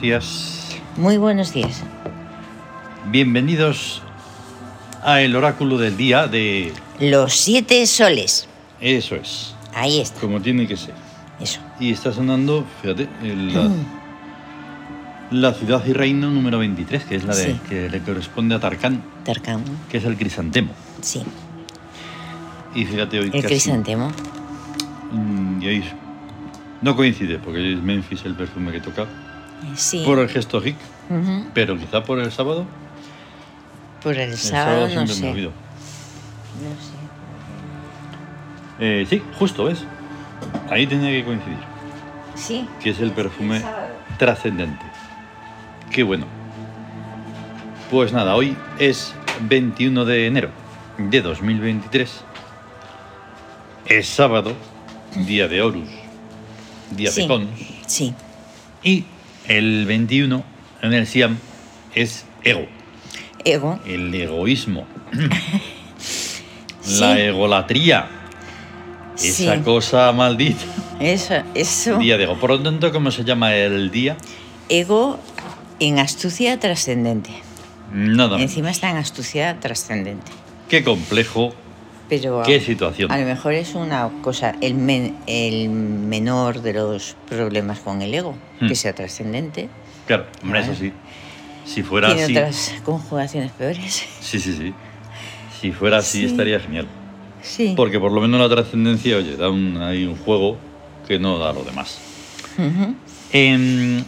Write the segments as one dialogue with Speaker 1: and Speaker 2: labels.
Speaker 1: días.
Speaker 2: Muy buenos días.
Speaker 1: Bienvenidos a el oráculo del día de...
Speaker 2: Los siete soles.
Speaker 1: Eso es,
Speaker 2: Ahí está.
Speaker 1: como tiene que ser.
Speaker 2: Eso.
Speaker 1: Y está sonando, fíjate, el- la, la ciudad y reino número 23, que es la de,
Speaker 2: Sí.
Speaker 1: que le corresponde a Tarkan,
Speaker 2: Tarkan.
Speaker 1: que es el crisantemo.
Speaker 2: Sí.
Speaker 1: Y fíjate hoy
Speaker 2: El
Speaker 1: casi-
Speaker 2: crisantemo.
Speaker 1: Mm, Y hoy no coincide, porque hoy es Memphis el perfume que toca,
Speaker 2: Sí.
Speaker 1: por el gesto hic,
Speaker 2: Ujú.
Speaker 1: pero quizá por el sábado.
Speaker 2: Por el
Speaker 1: El
Speaker 2: sábado, no,
Speaker 1: siempre me
Speaker 2: sé.
Speaker 1: olvido.
Speaker 2: No sé.
Speaker 1: Eh, sí, justo, ¿ves? Ahí tenía que coincidir,
Speaker 2: Sí.
Speaker 1: que es el perfume trascendente. Qué bueno. Pues nada, hoy es 21 de enero de 2023. Es sábado, día de Horus, día
Speaker 2: Sí.
Speaker 1: de Cons.
Speaker 2: Sí.
Speaker 1: Y el 21 en el Siam es ego,
Speaker 2: Ego.
Speaker 1: el egoísmo,
Speaker 2: Sí.
Speaker 1: la egolatría, esa
Speaker 2: Sí.
Speaker 1: cosa maldita.
Speaker 2: Eso. Eso.
Speaker 1: Día de ego. Por lo tanto, ¿cómo se llama el día?
Speaker 2: Ego en astucia trascendente.
Speaker 1: Nada. menos.
Speaker 2: Encima está en astucia trascendente.
Speaker 1: Qué complejo,
Speaker 2: Pero
Speaker 1: qué situación.
Speaker 2: a lo mejor es una cosa, el, men- el menor de los problemas con el ego,
Speaker 1: Hmm.
Speaker 2: que sea trascendente.
Speaker 1: Claro, hombre,
Speaker 2: Vale.
Speaker 1: eso sí. Si fuera
Speaker 2: Tiene
Speaker 1: así.
Speaker 2: otras conjugaciones peores.
Speaker 1: Sí, sí, sí. Si fuera así,
Speaker 2: Sí.
Speaker 1: estaría genial.
Speaker 2: Sí.
Speaker 1: Porque por lo menos la trascendencia, oye, da un, hay un juego que no da lo demás.
Speaker 2: Ujú.
Speaker 1: Em,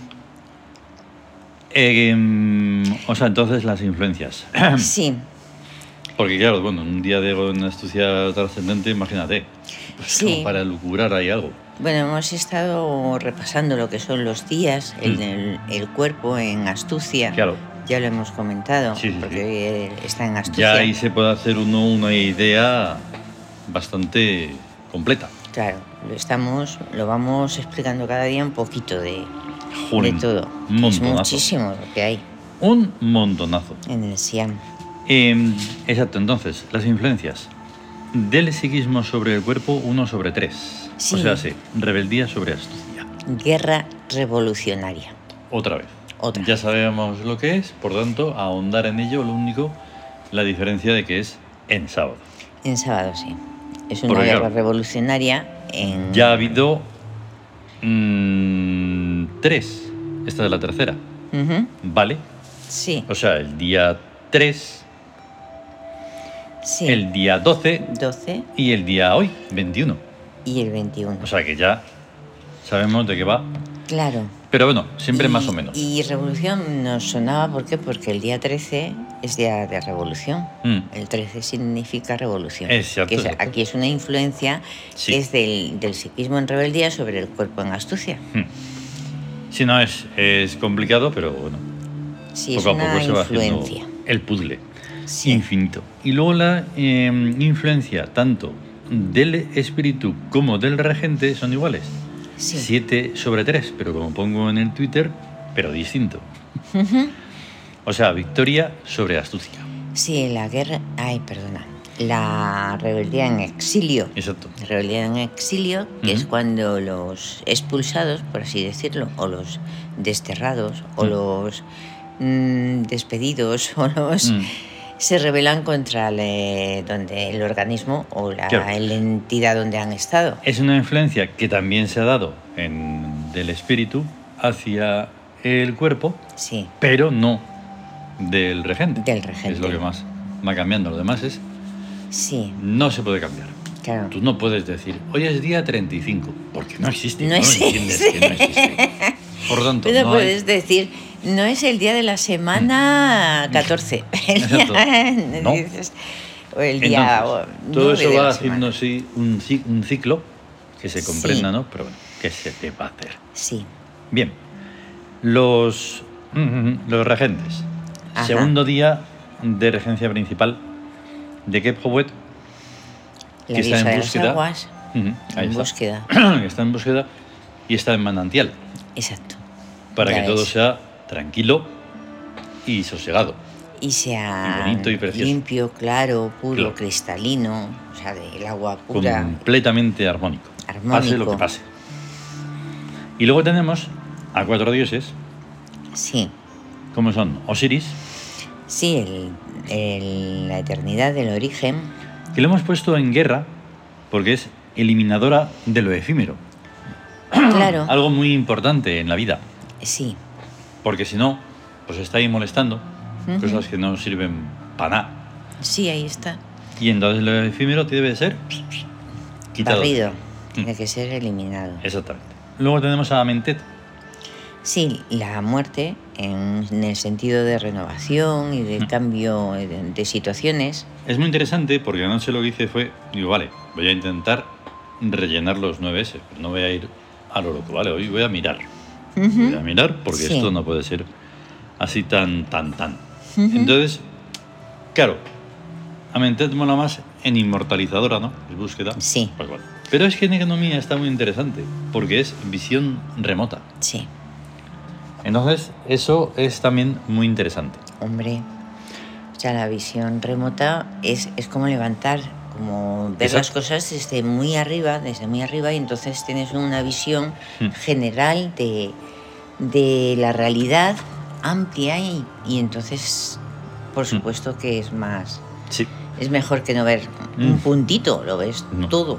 Speaker 1: em, o sea, entonces las influencias.
Speaker 2: Sí,
Speaker 1: Porque claro, bueno, un día de una astucia trascendente, imagínate. Pues
Speaker 2: Sí.
Speaker 1: como para lucubrar ahí algo.
Speaker 2: bueno, hemos estado repasando lo que son los días, el,
Speaker 1: Mm.
Speaker 2: el- el cuerpo en astucia.
Speaker 1: Claro.
Speaker 2: Ya lo hemos comentado,
Speaker 1: Sí, sí,
Speaker 2: porque
Speaker 1: sí.
Speaker 2: hoy eh, está en
Speaker 1: Ya
Speaker 2: astucia.
Speaker 1: ahí se puede hacer uno una idea bastante completa.
Speaker 2: Claro, lo estamos, lo vamos explicando cada día un poquito de, de
Speaker 1: Un
Speaker 2: todo. Es
Speaker 1: montonazo.
Speaker 2: muchísimo lo que hay
Speaker 1: Un montonazo.
Speaker 2: en el Siam.
Speaker 1: Em, exacto, entonces, las influencias. Del psiquismo sobre el cuerpo, 1 sobre 3. O
Speaker 2: Sí.
Speaker 1: sea, sí, rebeldía sobre astucia.
Speaker 2: Guerra revolucionaria.
Speaker 1: Otra vez.
Speaker 2: Otra.
Speaker 1: Ya sabemos lo que es, por tanto, ahondar en ello, lo único, la diferencia de que es en sábado.
Speaker 2: En sábado, sí. Es una
Speaker 1: Porque,
Speaker 2: guerra
Speaker 1: claro,
Speaker 2: revolucionaria en...
Speaker 1: Ya ha habido mm, tres. Esta es la tercera,
Speaker 2: Ujú,
Speaker 1: ¿vale?
Speaker 2: Sí,
Speaker 1: O sea, el día 3,
Speaker 2: sí.
Speaker 1: el día 12
Speaker 2: 12
Speaker 1: y el día hoy, 21.
Speaker 2: y el 21.
Speaker 1: O sea que ya sabemos de qué va.
Speaker 2: claro.
Speaker 1: Pero bueno, siempre
Speaker 2: Y-
Speaker 1: más o menos.
Speaker 2: Y revolución nos sonaba, ¿por qué? Porque el día 13 es día de revolución.
Speaker 1: Mm,
Speaker 2: El 13 significa revolución.
Speaker 1: Exacto,
Speaker 2: Que es-
Speaker 1: exacto.
Speaker 2: Aquí es una influencia
Speaker 1: Sí.
Speaker 2: que es del, del psiquismo en rebeldía sobre el cuerpo en astucia.
Speaker 1: mm. Si no es, es complicado, pero bueno,
Speaker 2: Sí,
Speaker 1: poco a
Speaker 2: es una
Speaker 1: poco se va haciendo
Speaker 2: influencia.
Speaker 1: el puzzle.
Speaker 2: Sí.
Speaker 1: infinito. Y luego la eh, influencia tanto del espíritu como del regente son iguales.
Speaker 2: Sí.
Speaker 1: 7 sobre 3, pero como pongo en el Twitter, pero distinto.
Speaker 2: Ujú.
Speaker 1: O sea, victoria sobre astucia.
Speaker 2: Sí, la guerra. Ay, perdona. La rebeldía en exilio.
Speaker 1: Exacto.
Speaker 2: Rebeldía en exilio, que es
Speaker 1: Ujú.
Speaker 2: cuando los expulsados, por así decirlo, o los desterrados, o
Speaker 1: Mm.
Speaker 2: los mm, despedidos, o los.
Speaker 1: Mm.
Speaker 2: se rebelan contra el, eh, donde el organismo o la
Speaker 1: Claro.
Speaker 2: la entidad donde han estado.
Speaker 1: Es una influencia que también se ha dado en, del espíritu hacia el cuerpo,
Speaker 2: Sí,
Speaker 1: pero no del regente.
Speaker 2: Del regente.
Speaker 1: Es lo que más va cambiando. Lo demás es,
Speaker 2: sí,
Speaker 1: no se puede cambiar.
Speaker 2: claro.
Speaker 1: Tú no puedes decir, hoy es día 35, porque no existe.
Speaker 2: No
Speaker 1: No,
Speaker 2: existe.
Speaker 1: entiendes que no existe. Por tanto,
Speaker 2: Pero
Speaker 1: no hay-
Speaker 2: puedes decir, no es el día de la semana 14. El día-
Speaker 1: Mm. Exacto. No.
Speaker 2: dices, o el día.
Speaker 1: Entonces,
Speaker 2: o
Speaker 1: todo
Speaker 2: nueve
Speaker 1: eso
Speaker 2: de la
Speaker 1: va haciendo
Speaker 2: semana.
Speaker 1: así un, ci- un ciclo que se
Speaker 2: Sí.
Speaker 1: comprenda, ¿no? Pero bueno, que se te va a hacer.
Speaker 2: Sí,
Speaker 1: Bien, los, mm, los regentes.
Speaker 2: Ajá.
Speaker 1: Segundo día de regencia principal de Kephovet,
Speaker 2: la
Speaker 1: que
Speaker 2: diosa
Speaker 1: está en
Speaker 2: de las
Speaker 1: búsqueda.
Speaker 2: aguas.
Speaker 1: Ujú, ahí
Speaker 2: en
Speaker 1: está.
Speaker 2: búsqueda.
Speaker 1: está en búsqueda y está en manantial,
Speaker 2: Exacto.
Speaker 1: para
Speaker 2: Ya
Speaker 1: que todo
Speaker 2: ves.
Speaker 1: sea tranquilo y sosegado.
Speaker 2: Y sea
Speaker 1: Y bonito y precioso.
Speaker 2: limpio, claro, puro,
Speaker 1: Claro.
Speaker 2: cristalino, o sea, del agua pura.
Speaker 1: completamente armónico, Pase lo
Speaker 2: Armónico.
Speaker 1: que pase. Y luego tenemos a cuatro dioses
Speaker 2: Sí,
Speaker 1: ¿Cómo son? Osiris,
Speaker 2: sí, el- el- la eternidad del origen.
Speaker 1: que lo hemos puesto en guerra porque es eliminadora de lo efímero.
Speaker 2: Claro,
Speaker 1: Algo muy importante en la vida,
Speaker 2: sí,
Speaker 1: porque si no, pues está ahí molestando
Speaker 2: Ujú.
Speaker 1: cosas que no sirven para nada.
Speaker 2: sí, ahí está.
Speaker 1: Y entonces lo efímero debe de ser quitado.
Speaker 2: Barrido,
Speaker 1: Mm. Eh.
Speaker 2: tiene que ser eliminado.
Speaker 1: Exactamente. Luego tenemos a Mentet,
Speaker 2: Sí, la muerte en, en el sentido de renovación y de
Speaker 1: Mm.
Speaker 2: cambio de, de situaciones.
Speaker 1: Es muy interesante porque anoche lo que hice fue, digo, vale, voy a intentar rellenar los 9S, pero no voy a ir a lo loco, vale, hoy voy a mirar. Voy a
Speaker 2: Ujú,
Speaker 1: mirar porque
Speaker 2: Sí.
Speaker 1: esto no puede ser así tan, tan, tan.
Speaker 2: Ujú.
Speaker 1: Entonces, claro, Amentet mola más en inmortalizadora, ¿no? Es búsqueda.
Speaker 2: Sí.
Speaker 1: Pues vale. Pero es que en economía está muy interesante porque es visión remota.
Speaker 2: Sí,
Speaker 1: Entonces, eso es también muy interesante.
Speaker 2: hombre. O sea, la visión remota es, es como levantar, como ver las
Speaker 1: Exacto.
Speaker 2: cosas desde muy arriba, desde muy arriba, y entonces tienes una visión
Speaker 1: Mm.
Speaker 2: general de, de la realidad amplia y, y entonces,
Speaker 1: Mm.
Speaker 2: por supuesto que es más...
Speaker 1: Sí.
Speaker 2: Es mejor que no ver un
Speaker 1: Mm.
Speaker 2: puntito, lo ves
Speaker 1: No.
Speaker 2: todo.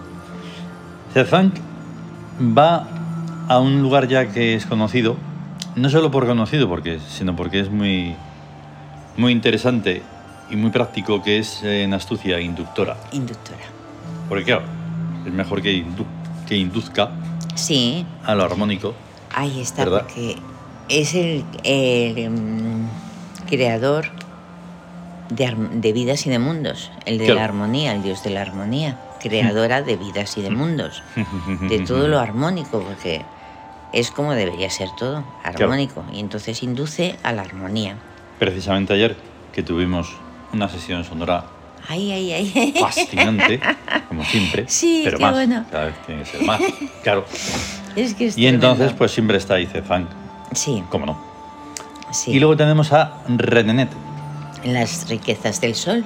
Speaker 1: Zerfang va a un lugar ya que es conocido, no solo por conocido, porque, sino porque es muy, muy interesante y muy práctico, que es eh, en astucia inductora.
Speaker 2: Inductora.
Speaker 1: Porque claro, es mejor que, indu- que induzca
Speaker 2: Sí,
Speaker 1: a lo armónico.
Speaker 2: ahí está,
Speaker 1: ¿Verdad?
Speaker 2: porque es el, el, mm, creador de, arm- de vidas y de mundos, el de
Speaker 1: Claro.
Speaker 2: la armonía, el dios de la armonía, creadora de vidas y de mundos, de todo lo armónico, porque es como debería ser todo, armónico, y entonces induce a la armonía.
Speaker 1: Precisamente ayer que tuvimos una sesión sonora
Speaker 2: Ay, ay, ay.
Speaker 1: fascinante, como siempre,
Speaker 2: Sí,
Speaker 1: pero
Speaker 2: qué
Speaker 1: más,
Speaker 2: bueno.
Speaker 1: cada vez tiene que ser más, claro.
Speaker 2: es que es
Speaker 1: Y entonces
Speaker 2: tremendo.
Speaker 1: pues siempre está ahí Zerfang,
Speaker 2: Sí,
Speaker 1: cómo no.
Speaker 2: sí.
Speaker 1: Y luego tenemos a Renenet,
Speaker 2: Las riquezas del sol.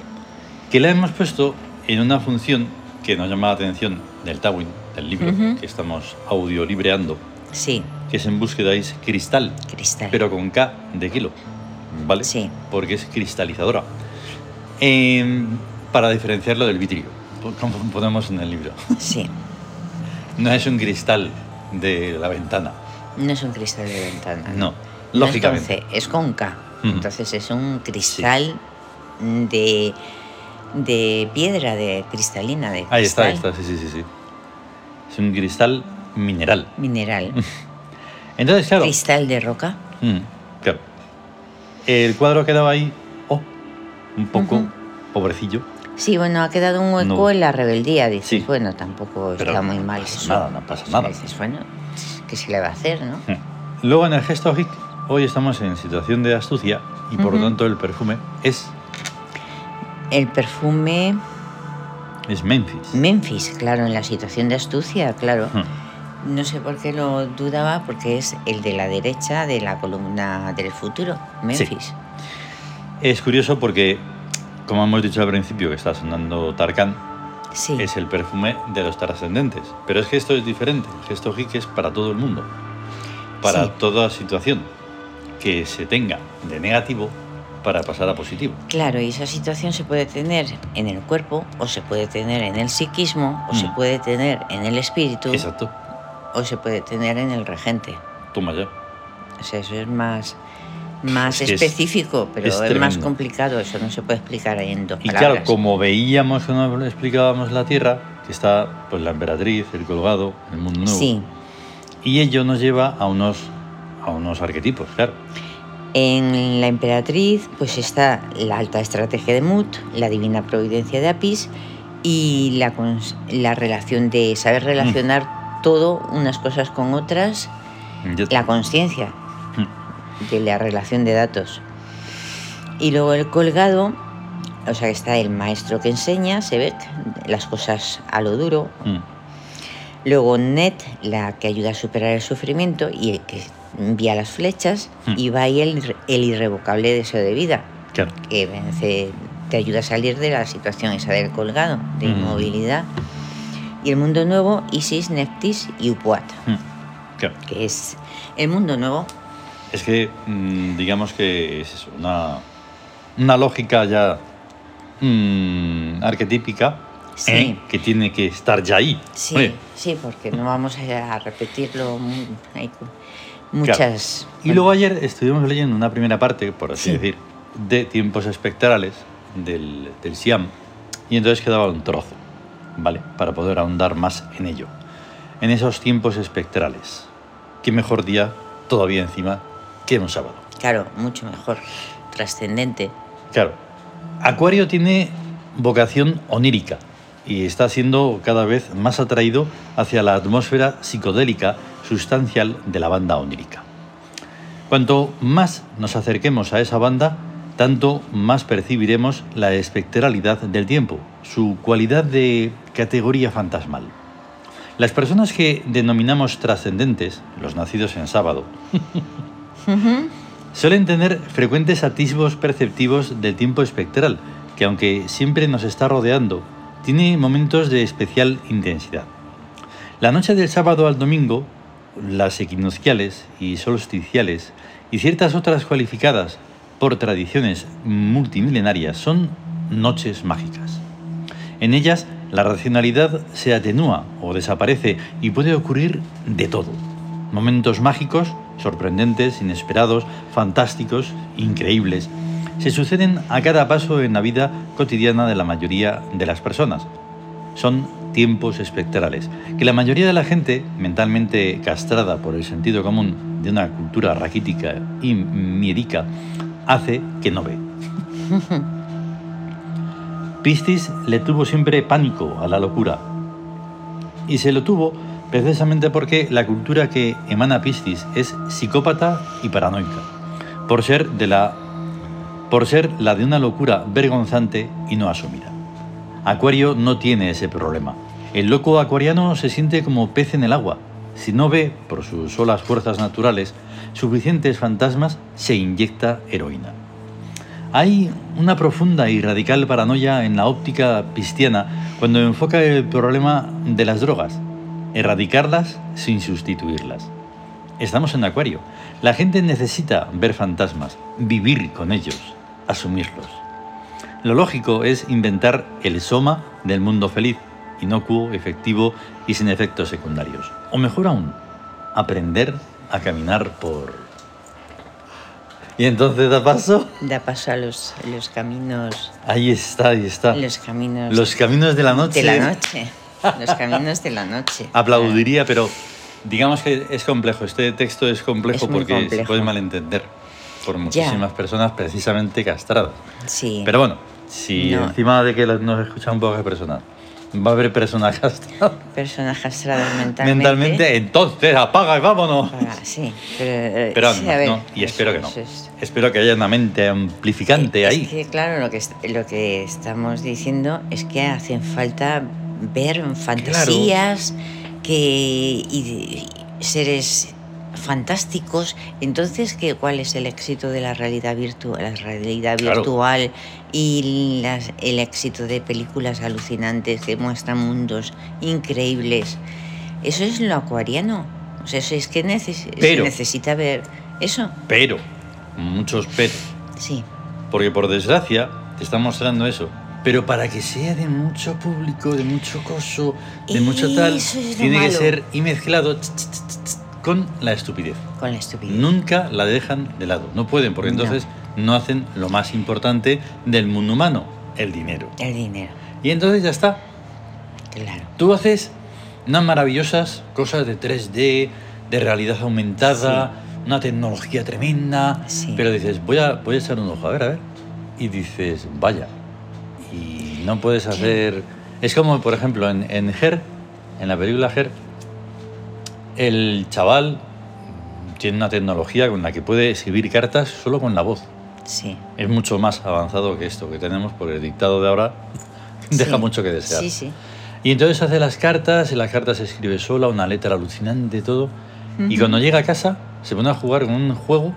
Speaker 1: que la hemos puesto en una función que nos llama la atención del Tawin, del libro
Speaker 2: Ujú.
Speaker 1: que estamos audiolibreando,
Speaker 2: Sí,
Speaker 1: que es en búsqueda es cristal,
Speaker 2: cristal.
Speaker 1: pero con K de kilo, ¿vale?
Speaker 2: Sí.
Speaker 1: Porque es cristalizadora. Eh, para diferenciarlo del vitrio, po- como ponemos en el libro.
Speaker 2: Sí,
Speaker 1: No es un cristal de la ventana,
Speaker 2: no es un cristal de ventana.
Speaker 1: no,
Speaker 2: No es con
Speaker 1: lógicamente.
Speaker 2: C, es con K.
Speaker 1: Ujú.
Speaker 2: Entonces es un cristal de, de piedra, de cristalina, de
Speaker 1: Ahí está, ahí
Speaker 2: cristal
Speaker 1: está, sí, sí, sí, sí. Es un cristal mineral.
Speaker 2: mineral,
Speaker 1: Entonces, claro,
Speaker 2: cristal de roca.
Speaker 1: Mm, claro. El cuadro quedaba ahí, oh, un poco
Speaker 2: Ujú.
Speaker 1: pobrecillo.
Speaker 2: Sí, bueno, ha quedado un hueco
Speaker 1: No.
Speaker 2: en la rebeldía. Dices,
Speaker 1: Sí.
Speaker 2: bueno, tampoco
Speaker 1: Pero
Speaker 2: está
Speaker 1: no
Speaker 2: muy mal
Speaker 1: pasa
Speaker 2: eso.
Speaker 1: nada, no pasa
Speaker 2: Pues
Speaker 1: nada.
Speaker 2: Dices, bueno, ¿qué se le va a hacer, no?
Speaker 1: Mm. Luego en el gesto hic, hoy estamos en situación de astucia y por lo
Speaker 2: Ujú.
Speaker 1: tanto el perfume es,
Speaker 2: El perfume
Speaker 1: es Memphis.
Speaker 2: Memphis, claro, en la situación de astucia, claro.
Speaker 1: Mm.
Speaker 2: No sé por qué lo dudaba, porque es el de la derecha de la columna del futuro, Memphis.
Speaker 1: Es curioso porque, como hemos dicho al principio que está sonando Tarkan,
Speaker 2: Sí,
Speaker 1: es el perfume de los trascendentes. Pero es que esto es diferente. El gesto hic es para todo el mundo. Para
Speaker 2: Sí.
Speaker 1: toda situación que se tenga de negativo para pasar a positivo.
Speaker 2: claro, y esa situación se puede tener en el cuerpo, o se puede tener en el psiquismo, o se
Speaker 1: Mm.
Speaker 2: puede tener en el espíritu,
Speaker 1: Exacto.
Speaker 2: o se puede tener en el regente.
Speaker 1: Toma ya.
Speaker 2: O sea, eso es más, más
Speaker 1: Es que es-
Speaker 2: específico, pero
Speaker 1: es
Speaker 2: es, más
Speaker 1: tremendo.
Speaker 2: complicado, eso no se puede explicar en dos
Speaker 1: Y
Speaker 2: palabras.
Speaker 1: claro, como veíamos cuando explicábamos la Tierra, que está pues la emperatriz, el colgado, el mundo nuevo.
Speaker 2: Sí,
Speaker 1: Y ello nos lleva a unos, a unos arquetipos, claro.
Speaker 2: En la emperatriz pues está la alta estrategia de Mut, la divina providencia de Apis y la, cons- la relación de
Speaker 1: Mm.
Speaker 2: saber relacionar todo, unas cosas con otras,
Speaker 1: Yo-
Speaker 2: la conciencia
Speaker 1: Mm.
Speaker 2: de la relación de datos. Y luego el colgado, o sea que está el maestro que enseña, Sebek, las cosas a lo duro.
Speaker 1: Mm.
Speaker 2: Luego Net, la que ayuda a superar el sufrimiento y el que envía las flechas.
Speaker 1: Mm.
Speaker 2: Y va ahí el, irre- el irrevocable deseo de vida,
Speaker 1: Claro.
Speaker 2: que vence- te ayuda a salir de la situación esa del colgado, de
Speaker 1: Mm.
Speaker 2: inmovilidad. Y el mundo nuevo, Isis, Neftis y Upuat,
Speaker 1: Mm. Claro.
Speaker 2: que es el mundo nuevo,
Speaker 1: Es que mm, digamos que es eso, una, una lógica ya mm, arquetípica
Speaker 2: Sí.
Speaker 1: ¿eh? que tiene que estar ya ahí.
Speaker 2: Sí,
Speaker 1: Oye,
Speaker 2: sí, porque no vamos a repetirlo mu- hay cu- muchas.
Speaker 1: Y luego ayer estuvimos leyendo una primera parte, por así
Speaker 2: Sí.
Speaker 1: decir, de tiempos espectrales del, del Siam, y entonces quedaba un trozo, ¿vale? Para poder ahondar más en ello. En esos tiempos espectrales. Qué mejor día, todavía encima, que un sábado.
Speaker 2: Claro, mucho mejor, trascendente.
Speaker 1: Claro, Acuario tiene vocación onírica y está siendo cada vez más atraído hacia la atmósfera psicodélica sustancial de la banda onírica. Cuanto más nos acerquemos a esa banda, tanto más percibiremos la espectralidad del tiempo, su cualidad de categoría fantasmal. Las personas que denominamos trascendentes, los nacidos en sábado,
Speaker 2: Ujú.
Speaker 1: Suelen tener frecuentes atisbos perceptivos del tiempo espectral, que aunque siempre nos está rodeando, tiene momentos de especial intensidad. La noche del sábado al domingo, las equinocciales y solsticiales y ciertas otras cualificadas por tradiciones multimilenarias son noches mágicas. En ellas, la racionalidad se atenúa o desaparece y puede ocurrir de todo. Momentos mágicos, sorprendentes, inesperados, fantásticos, increíbles, se suceden a cada paso en la vida cotidiana de la mayoría de las personas. Son tiempos espectrales, que la mayoría de la gente, mentalmente castrada por el sentido común de una cultura raquítica y miedica, hace que no ve. Piscis le tuvo siempre pánico a la locura. Y se lo tuvo precisamente porque la cultura que emana Piscis es psicópata y paranoica, por ser, de la, por ser la de una locura vergonzante y no asumida. Acuario no tiene ese problema. El loco acuariano se siente como pez en el agua. Si no ve, por sus solas fuerzas naturales, suficientes fantasmas, se inyecta heroína. Hay una profunda y radical paranoia en la óptica pistiana cuando enfoca el problema de las drogas, erradicarlas sin sustituirlas. Estamos en Acuario. La gente necesita ver fantasmas, vivir con ellos, asumirlos. Lo lógico es inventar el soma del mundo feliz, inocuo, efectivo y sin efectos secundarios. O mejor aún, aprender a caminar por... Y entonces da paso...
Speaker 2: Da paso a los, los caminos.
Speaker 1: Ahí está, ahí está.
Speaker 2: Los caminos.
Speaker 1: Ah. Los caminos de la noche.
Speaker 2: de la noche. Los caminos de la noche.
Speaker 1: Aplaudiría, pero digamos que es complejo. Este texto es complejo
Speaker 2: Es muy
Speaker 1: porque se
Speaker 2: complejo.
Speaker 1: puede malentender por muchísimas personas precisamente castradas.
Speaker 2: Sí.
Speaker 1: Pero bueno, si
Speaker 2: No.
Speaker 1: encima de que los- nos escuchan pocas personas, va a haber personas castradas
Speaker 2: Personas castradas mentalmente.
Speaker 1: mentalmente, entonces apaga y vámonos.
Speaker 2: Ah, sí. Pero, eh,
Speaker 1: Pero
Speaker 2: sí,
Speaker 1: anda,
Speaker 2: a ver,
Speaker 1: no, y
Speaker 2: eso-
Speaker 1: espero que no.
Speaker 2: eso es-
Speaker 1: Espero que haya una mente amplificante
Speaker 2: Es
Speaker 1: ahí.
Speaker 2: que, claro, lo que, est- lo que estamos diciendo es que hacen falta ver fantasías que, y, y seres fantásticos. Entonces, ¿qué, ¿cuál es el éxito de la realidad virtual? La realidad
Speaker 1: Claro.
Speaker 2: virtual y las- el éxito de películas alucinantes que muestran mundos increíbles. Eso es lo acuariano. O sea, eso es que neces-
Speaker 1: Pero-
Speaker 2: se necesita ver eso.
Speaker 1: Pero, muchos peros.
Speaker 2: Sí,
Speaker 1: Porque por desgracia te está mostrando eso. Pero para que sea de mucho público, de mucho coso, de mucho tal,
Speaker 2: Eso es lo
Speaker 1: tiene que
Speaker 2: malo.
Speaker 1: ser y mezclado ch, ch, ch, ch, ch, con la estupidez.
Speaker 2: con la estupidez.
Speaker 1: Nunca la dejan de lado. No pueden, porque
Speaker 2: No.
Speaker 1: entonces no hacen lo más importante del mundo humano, el dinero.
Speaker 2: El dinero.
Speaker 1: Y entonces ya está.
Speaker 2: Claro.
Speaker 1: Tú haces unas maravillosas cosas de 3D, de realidad aumentada, una tecnología tremenda,
Speaker 2: Sí.
Speaker 1: pero dices, voy a, voy a echar un ojo, a ver, a ver. Y dices, vaya. Y no puedes hacer... Es como, por ejemplo, en, en Her, en la película Her, el chaval tiene una tecnología con la que puede escribir cartas solo con la voz.
Speaker 2: Sí.
Speaker 1: Es mucho más avanzado que esto que tenemos, porque el dictado de ahora deja
Speaker 2: Sí.
Speaker 1: mucho que desear.
Speaker 2: Sí, sí.
Speaker 1: Y entonces hace las cartas, en las cartas se escribe sola, una letra alucinante, todo. Y cuando llega a casa, se pone a jugar con un juego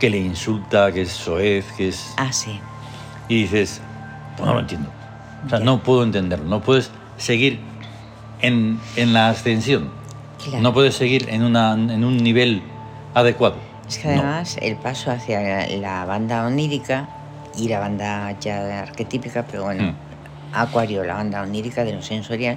Speaker 1: que le insulta, que es soez, que es...
Speaker 2: Ah, sí.
Speaker 1: Y dices, pues no lo entiendo. O sea,
Speaker 2: Ya.
Speaker 1: no puedo entenderlo, no puedes seguir en, en la ascensión.
Speaker 2: Claro.
Speaker 1: No puedes seguir en, una, en un nivel adecuado.
Speaker 2: Es que además el paso hacia la banda onírica y la banda ya arquetípica, pero bueno,
Speaker 1: Hmm.
Speaker 2: Acuario, la banda onírica de lo sensorial,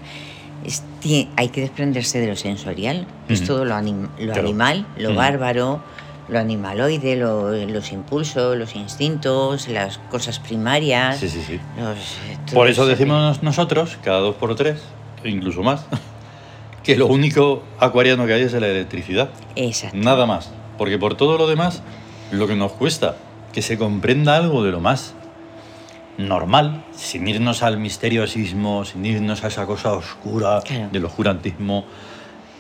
Speaker 2: es- tie- hay que desprenderse de lo sensorial, que es
Speaker 1: Ujú.
Speaker 2: todo lo, anim- lo
Speaker 1: Hmm. Claro. Hmm.
Speaker 2: animal, lo
Speaker 1: Ujú.
Speaker 2: bárbaro, lo animaloide, lo- los impulsos, los instintos, las cosas primarias.
Speaker 1: Sí, sí, sí.
Speaker 2: los, eh, todo
Speaker 1: Por eso
Speaker 2: ese-
Speaker 1: decimos nosotros, cada dos por tres, e incluso más, que lo único acuariano que hay es la electricidad.
Speaker 2: Exacto.
Speaker 1: Nada más. Porque por todo lo demás, lo que nos cuesta, que se comprenda algo de lo más normal, sin irnos al misteriosismo, sin irnos a esa cosa oscura
Speaker 2: Claro.
Speaker 1: del oscurantismo,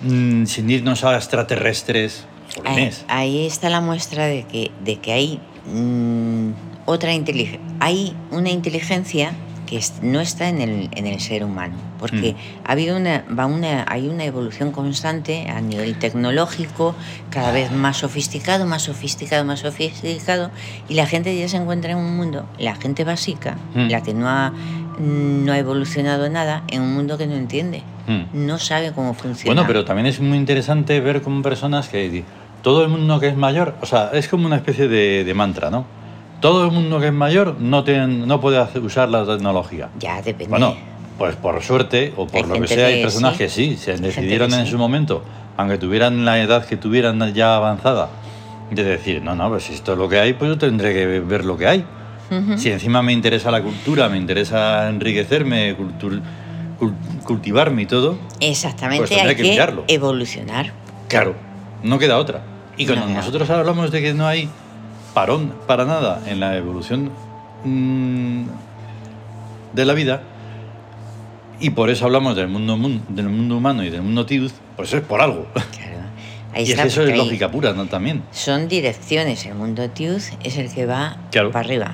Speaker 1: mm, sin irnos a extraterrestres. Por
Speaker 2: Ahí,
Speaker 1: Inés.
Speaker 2: ahí está la muestra de que, de que hay mm, otra inteligencia. Hay una inteligencia que es- no está en el, en el ser humano, porque
Speaker 1: Mm.
Speaker 2: ha habido una, va una, hay una evolución constante a nivel tecnológico, cada vez más sofisticado, más sofisticado, más sofisticado, y la gente ya se encuentra en un mundo, la gente básica,
Speaker 1: Mm.
Speaker 2: la que no ha, no ha evolucionado nada, en un mundo que no entiende,
Speaker 1: Mm.
Speaker 2: no sabe cómo funciona.
Speaker 1: Bueno, pero también es muy interesante ver con personas que di- todo el mundo que es mayor, o sea, es como una especie de, de mantra, ¿no? Todo el mundo que es mayor no, tiene- no puede hacer- usar la tecnología.
Speaker 2: Ya depende.
Speaker 1: Bueno, pues por suerte o por
Speaker 2: Hay
Speaker 1: lo que
Speaker 2: gente
Speaker 1: sea, hay
Speaker 2: que
Speaker 1: personas
Speaker 2: sí.
Speaker 1: que sí, se
Speaker 2: gente
Speaker 1: decidieron
Speaker 2: que
Speaker 1: en
Speaker 2: sí.
Speaker 1: su momento, aunque tuvieran la edad que tuvieran ya avanzada, de decir, no, no, pues si esto es lo que hay, pues yo tendré que ver lo que hay.
Speaker 2: Ujú.
Speaker 1: Si encima me interesa la cultura, me interesa enriquecerme, cultur- cul- cultivarme y todo,
Speaker 2: Exactamente,
Speaker 1: Pues tendrá
Speaker 2: hay
Speaker 1: que
Speaker 2: que,
Speaker 1: mirarlo.
Speaker 2: evolucionar.
Speaker 1: Claro, no queda otra. Y
Speaker 2: No
Speaker 1: cuando
Speaker 2: queda
Speaker 1: nosotros hablamos de que no hay parón para nada en la evolución mm, de la vida, y por eso hablamos del mundo, mun- del mundo humano y del mundo tiud, pues es por algo.
Speaker 2: Claro. Ahí
Speaker 1: y es
Speaker 2: está,
Speaker 1: que eso es
Speaker 2: porque ahí
Speaker 1: lógica pura ¿no? también.
Speaker 2: Son direcciones. El mundo Tiud es el que va
Speaker 1: Claro.
Speaker 2: para arriba,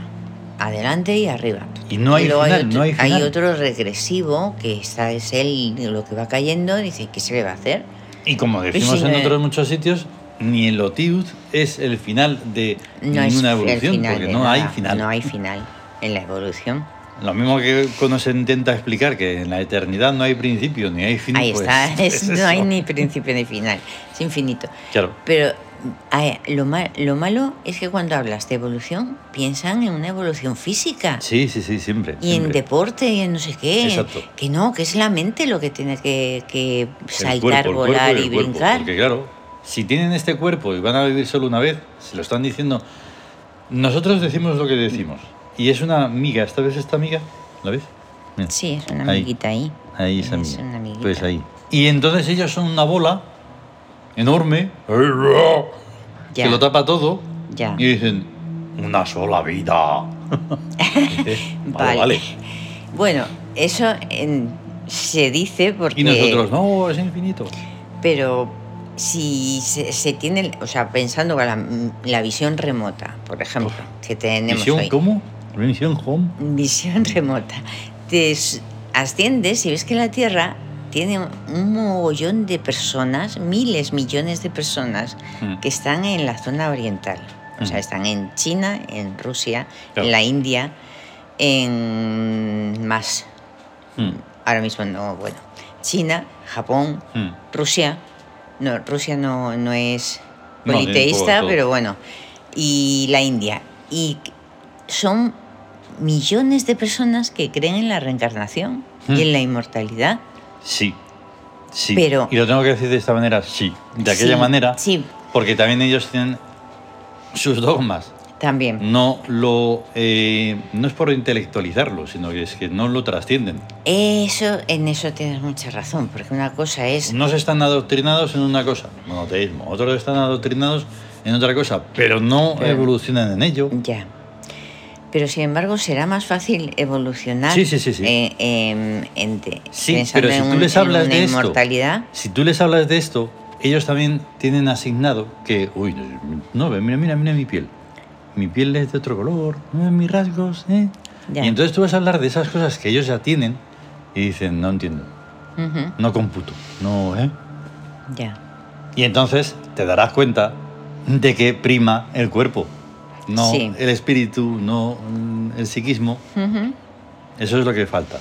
Speaker 2: adelante y arriba.
Speaker 1: Y no hay
Speaker 2: luego
Speaker 1: final, no hay final.
Speaker 2: otro regresivo que está, es él lo que va cayendo. Dice, ¿qué se le va a hacer?
Speaker 1: Y como decimos
Speaker 2: sí,
Speaker 1: en
Speaker 2: eh.
Speaker 1: otros muchos sitios, ni el otiud es el final de
Speaker 2: No es
Speaker 1: ninguna
Speaker 2: el
Speaker 1: evolución,
Speaker 2: final
Speaker 1: porque
Speaker 2: de
Speaker 1: no
Speaker 2: nada,
Speaker 1: hay final.
Speaker 2: No hay final en la evolución.
Speaker 1: Lo mismo que cuando se intenta explicar que en la eternidad no hay principio ni hay fin.
Speaker 2: Ahí
Speaker 1: pues,
Speaker 2: está.
Speaker 1: es
Speaker 2: es- no hay
Speaker 1: eso.
Speaker 2: ni principio ni final. Es infinito.
Speaker 1: Claro.
Speaker 2: Pero a- lo, ma- lo malo es que cuando hablas de evolución, piensan en una evolución física.
Speaker 1: Sí, sí, sí, siempre.
Speaker 2: Y en
Speaker 1: siempre.
Speaker 2: deporte y en no sé qué.
Speaker 1: Exacto.
Speaker 2: Que no, que es la mente lo que tiene que, que
Speaker 1: El
Speaker 2: saltar,
Speaker 1: cuerpo, el
Speaker 2: volar
Speaker 1: cuerpo
Speaker 2: y
Speaker 1: el cuerpo,
Speaker 2: brincar.
Speaker 1: porque claro, si tienen este cuerpo y van a vivir solo una vez, se lo están diciendo. Nosotros decimos lo que decimos. Y es una miga, esta vez esta miga, ¿la ves? Mira,
Speaker 2: Sí, es una
Speaker 1: Ahí.
Speaker 2: amiguita ahí.
Speaker 1: Ahí esa
Speaker 2: Es una
Speaker 1: miga.
Speaker 2: amiguita.
Speaker 1: Pues ahí. Y entonces ellos son una bola enorme
Speaker 2: Ya.
Speaker 1: que lo tapa todo
Speaker 2: Ya.
Speaker 1: y dicen, una sola vida. Dices,
Speaker 2: Vale. Bueno, eso en- se dice porque.
Speaker 1: Y nosotros, no, es infinito.
Speaker 2: Pero si se, se tiene. O sea, pensando con la, la visión remota, por ejemplo, que tenemos
Speaker 1: ¿Visión
Speaker 2: hoy.
Speaker 1: cómo? ¿Visión home?
Speaker 2: visión remota. Te s- asciendes y ves que la Tierra tiene un mogollón de personas, miles, millones de personas
Speaker 1: Mm.
Speaker 2: que están en la zona oriental. O sea,
Speaker 1: Mm.
Speaker 2: están en China, en Rusia,
Speaker 1: Claro.
Speaker 2: en la India, en más.
Speaker 1: Mm,
Speaker 2: Ahora mismo no, bueno. China, Japón,
Speaker 1: mm.
Speaker 2: Rusia. No, Rusia no, no es
Speaker 1: No, ni
Speaker 2: politeísta,
Speaker 1: todo.
Speaker 2: pero bueno. Y la India. Y son millones de personas que creen en la reencarnación
Speaker 1: Hmm.
Speaker 2: y en la inmortalidad.
Speaker 1: Sí. Sí.
Speaker 2: Pero-
Speaker 1: y lo tengo que decir de esta manera, sí. De aquella
Speaker 2: Sí,
Speaker 1: manera,
Speaker 2: Sí,
Speaker 1: porque también ellos tienen sus dogmas.
Speaker 2: también.
Speaker 1: No lo. eh, no es por intelectualizarlo, sino que es que no lo trascienden.
Speaker 2: Eso, en eso tienes mucha razón, porque una cosa es
Speaker 1: Unos están adoctrinados en una cosa, monoteísmo. Otros están adoctrinados en otra cosa, pero no
Speaker 2: Claro.
Speaker 1: evolucionan en ello.
Speaker 2: Ya. Pero sin embargo, será más fácil evolucionar
Speaker 1: Sí, sí, sí, sí.
Speaker 2: eh, em, en te-
Speaker 1: Sí,
Speaker 2: pensando
Speaker 1: pero si
Speaker 2: en
Speaker 1: tú
Speaker 2: un-
Speaker 1: les
Speaker 2: en
Speaker 1: hablas
Speaker 2: una
Speaker 1: de esto-
Speaker 2: inmortalidad.
Speaker 1: Si tú les hablas de esto, ellos también tienen asignado que, uy, no, ve, mira, mira, mira mi piel. Mi piel es de otro color, eh, mis rasgos, ¿eh?
Speaker 2: Ya.
Speaker 1: Y entonces tú vas a hablar de esas cosas que ellos ya tienen y dicen, no entiendo,
Speaker 2: Ujú,
Speaker 1: no computo, no, ¿eh?
Speaker 2: Ya.
Speaker 1: Y entonces te darás cuenta de que prima el cuerpo, no
Speaker 2: Sí.
Speaker 1: el espíritu, no mm, el psiquismo.
Speaker 2: Ujú.
Speaker 1: Eso es lo que falta.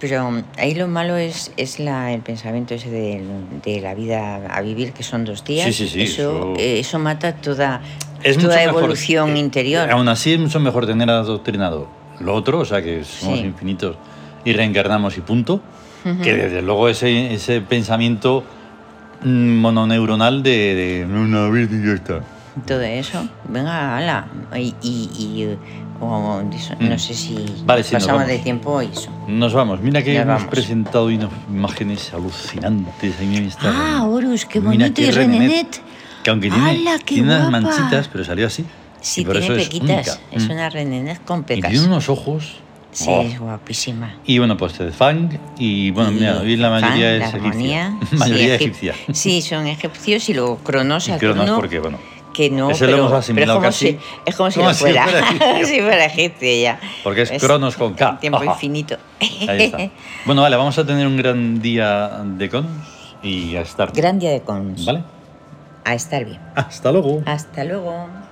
Speaker 2: Pero um, ahí lo malo es, es la, el pensamiento ese de, de la vida a vivir, que son dos días.
Speaker 1: Sí, sí, sí,
Speaker 2: eso,
Speaker 1: eso-
Speaker 2: eh, eso mata toda,
Speaker 1: Es mucho
Speaker 2: toda
Speaker 1: mejor,
Speaker 2: evolución
Speaker 1: eh,
Speaker 2: interior.
Speaker 1: Aún así es mucho mejor tener adoctrinado lo otro, o sea que somos
Speaker 2: Sí.
Speaker 1: infinitos y reencarnamos y punto, que desde luego ese, ese pensamiento mm, mononeuronal de, de una vez y ya está.
Speaker 2: Todo eso. Venga, ala. Y, y- y- o de eso,
Speaker 1: Mm.
Speaker 2: no sé si
Speaker 1: Vale, sí, nos
Speaker 2: pasamos
Speaker 1: vamos.
Speaker 2: de tiempo y eso.
Speaker 1: Nos vamos, mira que
Speaker 2: Ya
Speaker 1: hemos
Speaker 2: vamos.
Speaker 1: presentado unas imágenes alucinantes. Ahí me está
Speaker 2: Ah, Horus, qué
Speaker 1: Mira
Speaker 2: bonito.
Speaker 1: qué
Speaker 2: Y
Speaker 1: Renenet,
Speaker 2: Renenet.
Speaker 1: Que aunque tiene,
Speaker 2: ¡Hala, qué
Speaker 1: tiene unas
Speaker 2: guapa!
Speaker 1: manchitas, pero salió así.
Speaker 2: Sí,
Speaker 1: y por
Speaker 2: tiene
Speaker 1: eso
Speaker 2: pequitas.
Speaker 1: es
Speaker 2: Es,
Speaker 1: única. Mm.
Speaker 2: una Renenet con
Speaker 1: Y
Speaker 2: pecas.
Speaker 1: tiene unos ojos.
Speaker 2: Sí,
Speaker 1: ¡Oh!
Speaker 2: es guapísima.
Speaker 1: Y bueno, pues de Fang. Y bueno,
Speaker 2: Y
Speaker 1: mira, hoy la
Speaker 2: Pan,
Speaker 1: mayoría
Speaker 2: la
Speaker 1: es
Speaker 2: armonía,
Speaker 1: egipcia. mayoría
Speaker 2: sí, egip-
Speaker 1: egipcia.
Speaker 2: Sí, son egipcios y luego Cronos,
Speaker 1: Y Cronos,
Speaker 2: Saturno,
Speaker 1: porque bueno,
Speaker 2: que no,
Speaker 1: ese lo
Speaker 2: pero,
Speaker 1: hemos
Speaker 2: pero
Speaker 1: asimilado
Speaker 2: es como
Speaker 1: casi.
Speaker 2: si, es como si
Speaker 1: Como
Speaker 2: lo
Speaker 1: si
Speaker 2: fuera,
Speaker 1: fuera egipcio.
Speaker 2: si fuera egipcio ya.
Speaker 1: Porque es Cronos con K.
Speaker 2: Tiempo infinito.
Speaker 1: ahí está. Bueno, vale, vamos a tener un gran día de cons y a estar.
Speaker 2: Gran día de cons.
Speaker 1: ¿Vale?
Speaker 2: A estar bien.
Speaker 1: Hasta luego.
Speaker 2: Hasta luego.